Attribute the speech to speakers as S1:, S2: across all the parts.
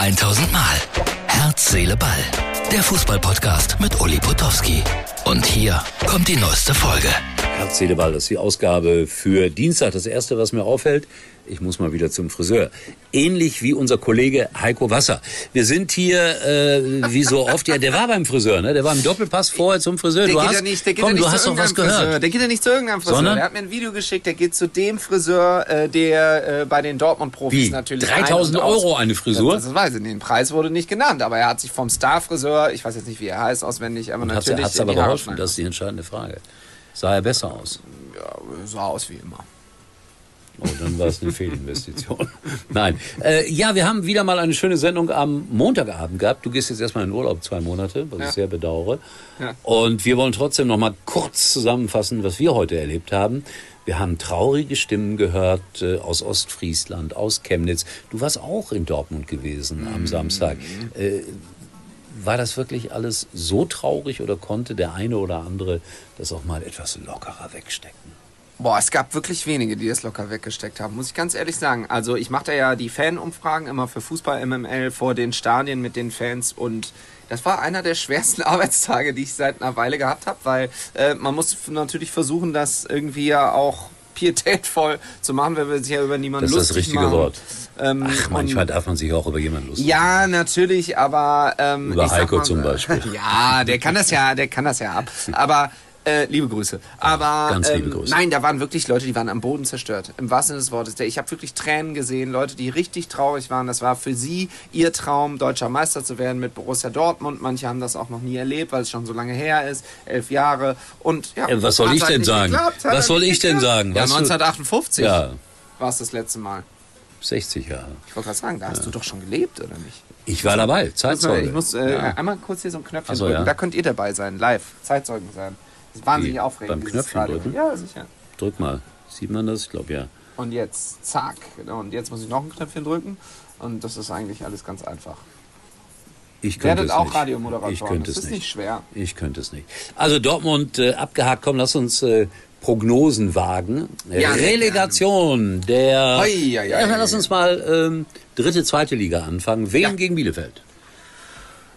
S1: 1000 Mal. Herz, Seele, Ball. Der Fußballpodcast mit Uli Potowski. Und hier kommt die neueste Folge.
S2: Herz, Seele, Ball, das ist die Ausgabe für Dienstag. Das Erste, was mir auffällt, ich muss mal wieder zum Friseur. Ähnlich wie unser Kollege Heiko Wasser. Wir sind hier, äh, wie so oft, ja, der war beim Friseur, ne? Der war im Doppelpass vorher zum Friseur.
S3: Der
S2: du
S3: geht
S2: hast,
S3: ja nicht, der geht
S2: komm,
S3: ja nicht
S2: du hast
S3: zu
S2: doch was
S3: irgendeinem
S2: gehört.
S3: Friseur. Der geht ja nicht zu irgendeinem Friseur.
S2: Sondern?
S3: Der hat mir ein Video geschickt, der geht zu dem Friseur, äh, der äh, bei den Dortmund-Profis
S2: Wie?
S3: natürlich.
S2: 3000
S3: ein- und aus-
S2: Euro eine Frisur?
S3: Das, das weiß ich nicht. Den Preis wurde nicht genannt, aber er hat sich vom Star-Friseur, ich weiß jetzt nicht, wie er heißt, auswendig, aber
S2: Hat's,
S3: natürlich.
S2: hat's
S3: in
S2: aber
S3: die Haare
S2: geholfen,
S3: schneiden.
S2: das ist die entscheidende Frage. Sah er besser aus?
S3: ja, sah aus wie immer.
S2: Oh, dann war es eine Fehlinvestition. Nein. Äh, ja, wir haben wieder mal eine schöne Sendung am Montagabend gehabt. Du gehst jetzt erstmal in Urlaub zwei Monate, was
S3: Ja.
S2: ich sehr bedauere.
S3: Ja.
S2: Und wir wollen trotzdem noch mal kurz zusammenfassen, was wir heute erlebt haben. Wir haben traurige Stimmen gehört äh, aus Ostfriesland, aus Chemnitz. Du warst auch in Dortmund gewesen
S3: Mhm.
S2: am Samstag. Äh, war das wirklich alles so traurig oder konnte der eine oder andere das auch mal etwas lockerer wegstecken?
S3: Boah, es gab wirklich wenige, die das locker weggesteckt haben, muss ich ganz ehrlich sagen. Also ich mache da ja die Fanumfragen immer für Fußball MML vor den Stadien mit den Fans und das war einer der schwersten Arbeitstage, die ich seit einer Weile gehabt habe, weil äh, man muss f- natürlich versuchen, das irgendwie ja auch pietätvoll zu machen, weil wir sich ja über niemanden
S2: Das ist das
S3: lustig
S2: richtige
S3: machen.
S2: Wort.
S3: Ähm,
S2: Ach, manchmal darf man sich auch über jemanden lustig
S3: ja, natürlich, aber ähm,
S2: Über
S3: ich sag
S2: Heiko
S3: mal,
S2: zum Beispiel.
S3: Ja, der kann das ja, der kann das ja ab. Aber äh, liebe Grüße. Aber
S2: ganz liebe
S3: ähm,
S2: Grüße.
S3: nein, da waren wirklich Leute, die waren am Boden zerstört. Im wahrsten Sinne des Wortes. Ich habe wirklich Tränen gesehen, Leute, die richtig traurig waren. Das war für sie ihr Traum, deutscher Meister zu werden mit Borussia Dortmund. Manche haben das auch noch nie erlebt, weil es schon so lange her ist, elf Jahre. Und ja,
S2: Äh, was soll
S3: hat
S2: ich
S3: halt
S2: denn
S3: nicht
S2: sagen?
S3: geklappt, hat
S2: Was
S3: halt
S2: soll
S3: nicht
S2: ich denn
S3: geklappt.
S2: sagen?
S3: Ja,
S2: Was du-
S3: 1958
S2: Ja,
S3: war es das letzte Mal.
S2: 60 Jahre.
S3: Ich wollte gerade sagen, da hast du doch schon gelebt, oder nicht?
S2: Ich war dabei, Zeitzeuge.
S3: Ich muss äh,
S2: ja.
S3: einmal kurz hier so ein Knöpfchen
S2: Ach so,
S3: drücken.
S2: ja.
S3: Da könnt ihr dabei sein, live, Zeitzeugen sein. Das ist wahnsinnig
S2: Wie,
S3: aufregend.
S2: beim
S3: dieses
S2: Knöpfchen
S3: Radio.
S2: drücken?
S3: Ja, sicher.
S2: Drück mal. Sieht man das? Ich glaube ja.
S3: Und jetzt, zack. Genau, und jetzt muss ich noch ein Knöpfchen drücken. Und das ist eigentlich alles ganz einfach.
S2: Ich könnte
S3: Werdet
S2: es
S3: auch
S2: nicht.
S3: Radiomoderatoren.
S2: Ich könnte
S3: das
S2: es
S3: ist nicht schwer.
S2: Ich könnte es nicht. Also Dortmund äh, abgehakt. Komm, lass uns äh, Prognosen wagen.
S3: Ja,
S2: Relegation der.
S3: Oi, oi, oi,
S2: ja,
S3: oi.
S2: lass uns mal ähm, dritte, zweite Liga anfangen. Wen gegen Bielefeld?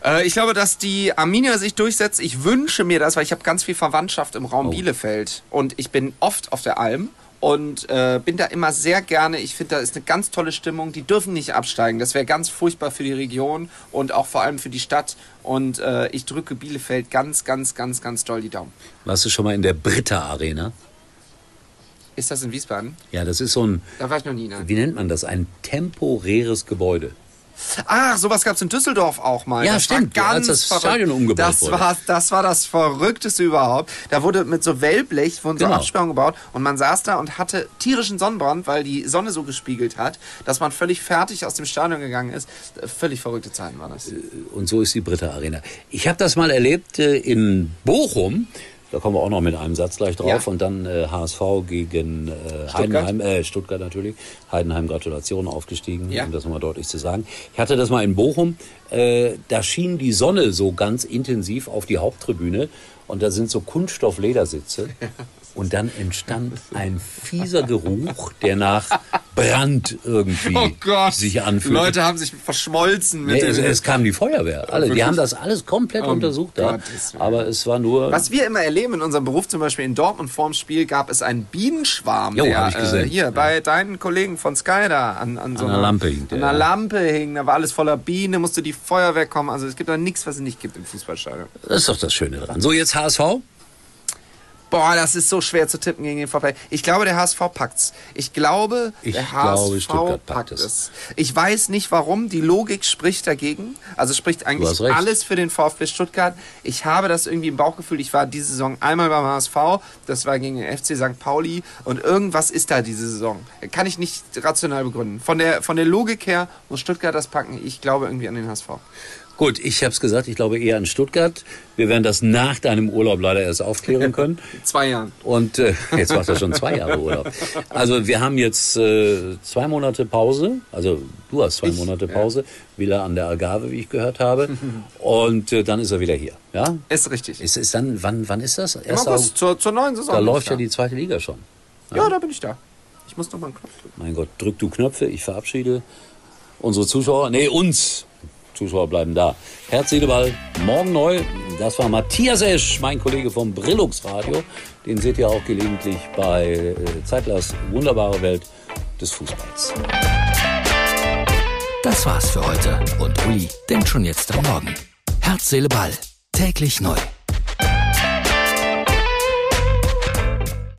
S3: Äh, ich glaube, dass die Arminia sich durchsetzt. Ich wünsche mir das, weil ich habe ganz viel Verwandtschaft im Raum Bielefeld und ich bin oft auf der Alm und äh, bin da immer sehr gerne. Ich finde, da ist eine ganz tolle Stimmung. Die dürfen nicht absteigen. Das wäre ganz furchtbar für die Region und auch vor allem für die Stadt. Und äh, ich drücke Bielefeld ganz, ganz, ganz, ganz doll die Daumen.
S2: Warst du schon mal in der Britta Arena?
S3: Ist das in Wiesbaden?
S2: Ja, das ist so ein,
S3: Da war ich noch nie. ne? Nein.
S2: wie nennt man das? Ein temporäres Gebäude.
S3: Ach, sowas gab es in Düsseldorf auch mal.
S2: Ja,
S3: war
S2: stimmt, als das Stadion umgebaut
S3: das
S2: wurde.
S3: War, das war das Verrückteste überhaupt. Da wurde mit so Wellblech wurden so
S2: Genau.
S3: Absperrungen gebaut und man saß da und hatte tierischen Sonnenbrand, weil die Sonne so gespiegelt hat, dass man völlig fertig aus dem Stadion gegangen ist. Völlig verrückte Zeiten waren das.
S2: Und so ist die Britta Arena. Ich habe das mal erlebt äh, in Bochum. Da kommen wir auch noch mit einem Satz gleich drauf.
S3: Ja.
S2: Und dann äh, HSV gegen äh, Heidenheim, äh, Stuttgart natürlich. Heidenheim, Gratulation, aufgestiegen,
S3: Ja.
S2: um das nochmal deutlich zu sagen. Ich hatte das mal in Bochum. Äh, da schien die Sonne so ganz intensiv auf die Haupttribüne. Und da sind so Kunststoff-Ledersitze. Und dann entstand ein fieser Geruch, der nach Brand irgendwie sich anfühlte.
S3: Oh Leute haben sich verschmolzen mit
S2: Nee,
S3: dem.
S2: es, es kam die Feuerwehr. Alle, die
S3: Wirklich? Um
S2: haben das alles komplett untersucht. Da.
S3: Gottes Willen.
S2: Aber es war nur.
S3: Was wir immer erleben in unserem Beruf, zum Beispiel in Dortmund vorm Spiel, gab es einen Bienenschwarm,
S2: Jo, hab
S3: der
S2: ich gesehen.
S3: Äh, hier
S2: Ja.
S3: bei deinen Kollegen von Sky da an, an so
S2: An der Lampe hing der,
S3: An einer
S2: ja.
S3: Lampe hing, da war alles voller Bienen, musste die Feuerwehr kommen. Also es gibt da nichts, was es nicht gibt im Fußballstadion.
S2: Das ist doch das Schöne dran. So, jetzt HSV.
S3: Boah, das ist so schwer zu tippen gegen den VfL. Ich glaube, der HSV packt's. Ich glaube,
S2: Ich
S3: der
S2: glaube,
S3: HSV
S2: Stuttgart packt
S3: packt
S2: es.
S3: es. Ich weiß nicht warum, die Logik spricht dagegen. Also spricht
S2: hast
S3: eigentlich
S2: recht.
S3: alles für den VfB Stuttgart. Ich habe das irgendwie im Bauchgefühl. Ich war diese Saison einmal beim HSV, das war gegen den FC St. Pauli und irgendwas ist da diese Saison. Kann ich nicht rational begründen. Von der, von der Logik her muss Stuttgart das packen. Ich glaube irgendwie an den HSV.
S2: Gut, ich habe es gesagt, ich glaube eher an Stuttgart. Wir werden das nach deinem Urlaub leider erst aufklären können.
S3: In zwei Jahren.
S2: Und äh, jetzt macht er schon zwei Jahre Urlaub. Also wir haben jetzt äh, zwei Monate Pause. Also du hast zwei Monate Pause. Wieder an der Algarve, wie ich gehört habe. Und äh, dann ist er wieder hier. Ja?
S3: Ist richtig.
S2: Ist, ist dann, wann, wann ist das?
S3: Im
S2: Erster
S3: August,
S2: August.
S3: zur, zur neuen Saison.
S2: Da
S3: bin ich
S2: läuft ja die zweite Liga schon.
S3: Ja, da bin ich da. Ich muss noch mal einen Knopf drücken.
S2: Mein Gott, drück du Knöpfe, ich verabschiede. unsere Zuschauer, nee, uns. Zuschauer bleiben da. Herz, Seele, Ball, morgen neu. Das war Matthias Esch, mein Kollege vom Brillux Radio. Den seht ihr auch gelegentlich bei äh, Zeitlers Wunderbare Welt des Fußballs.
S1: Das war's für heute. Und Uli denkt schon jetzt am Morgen. Herz, Seele, Ball. Täglich neu.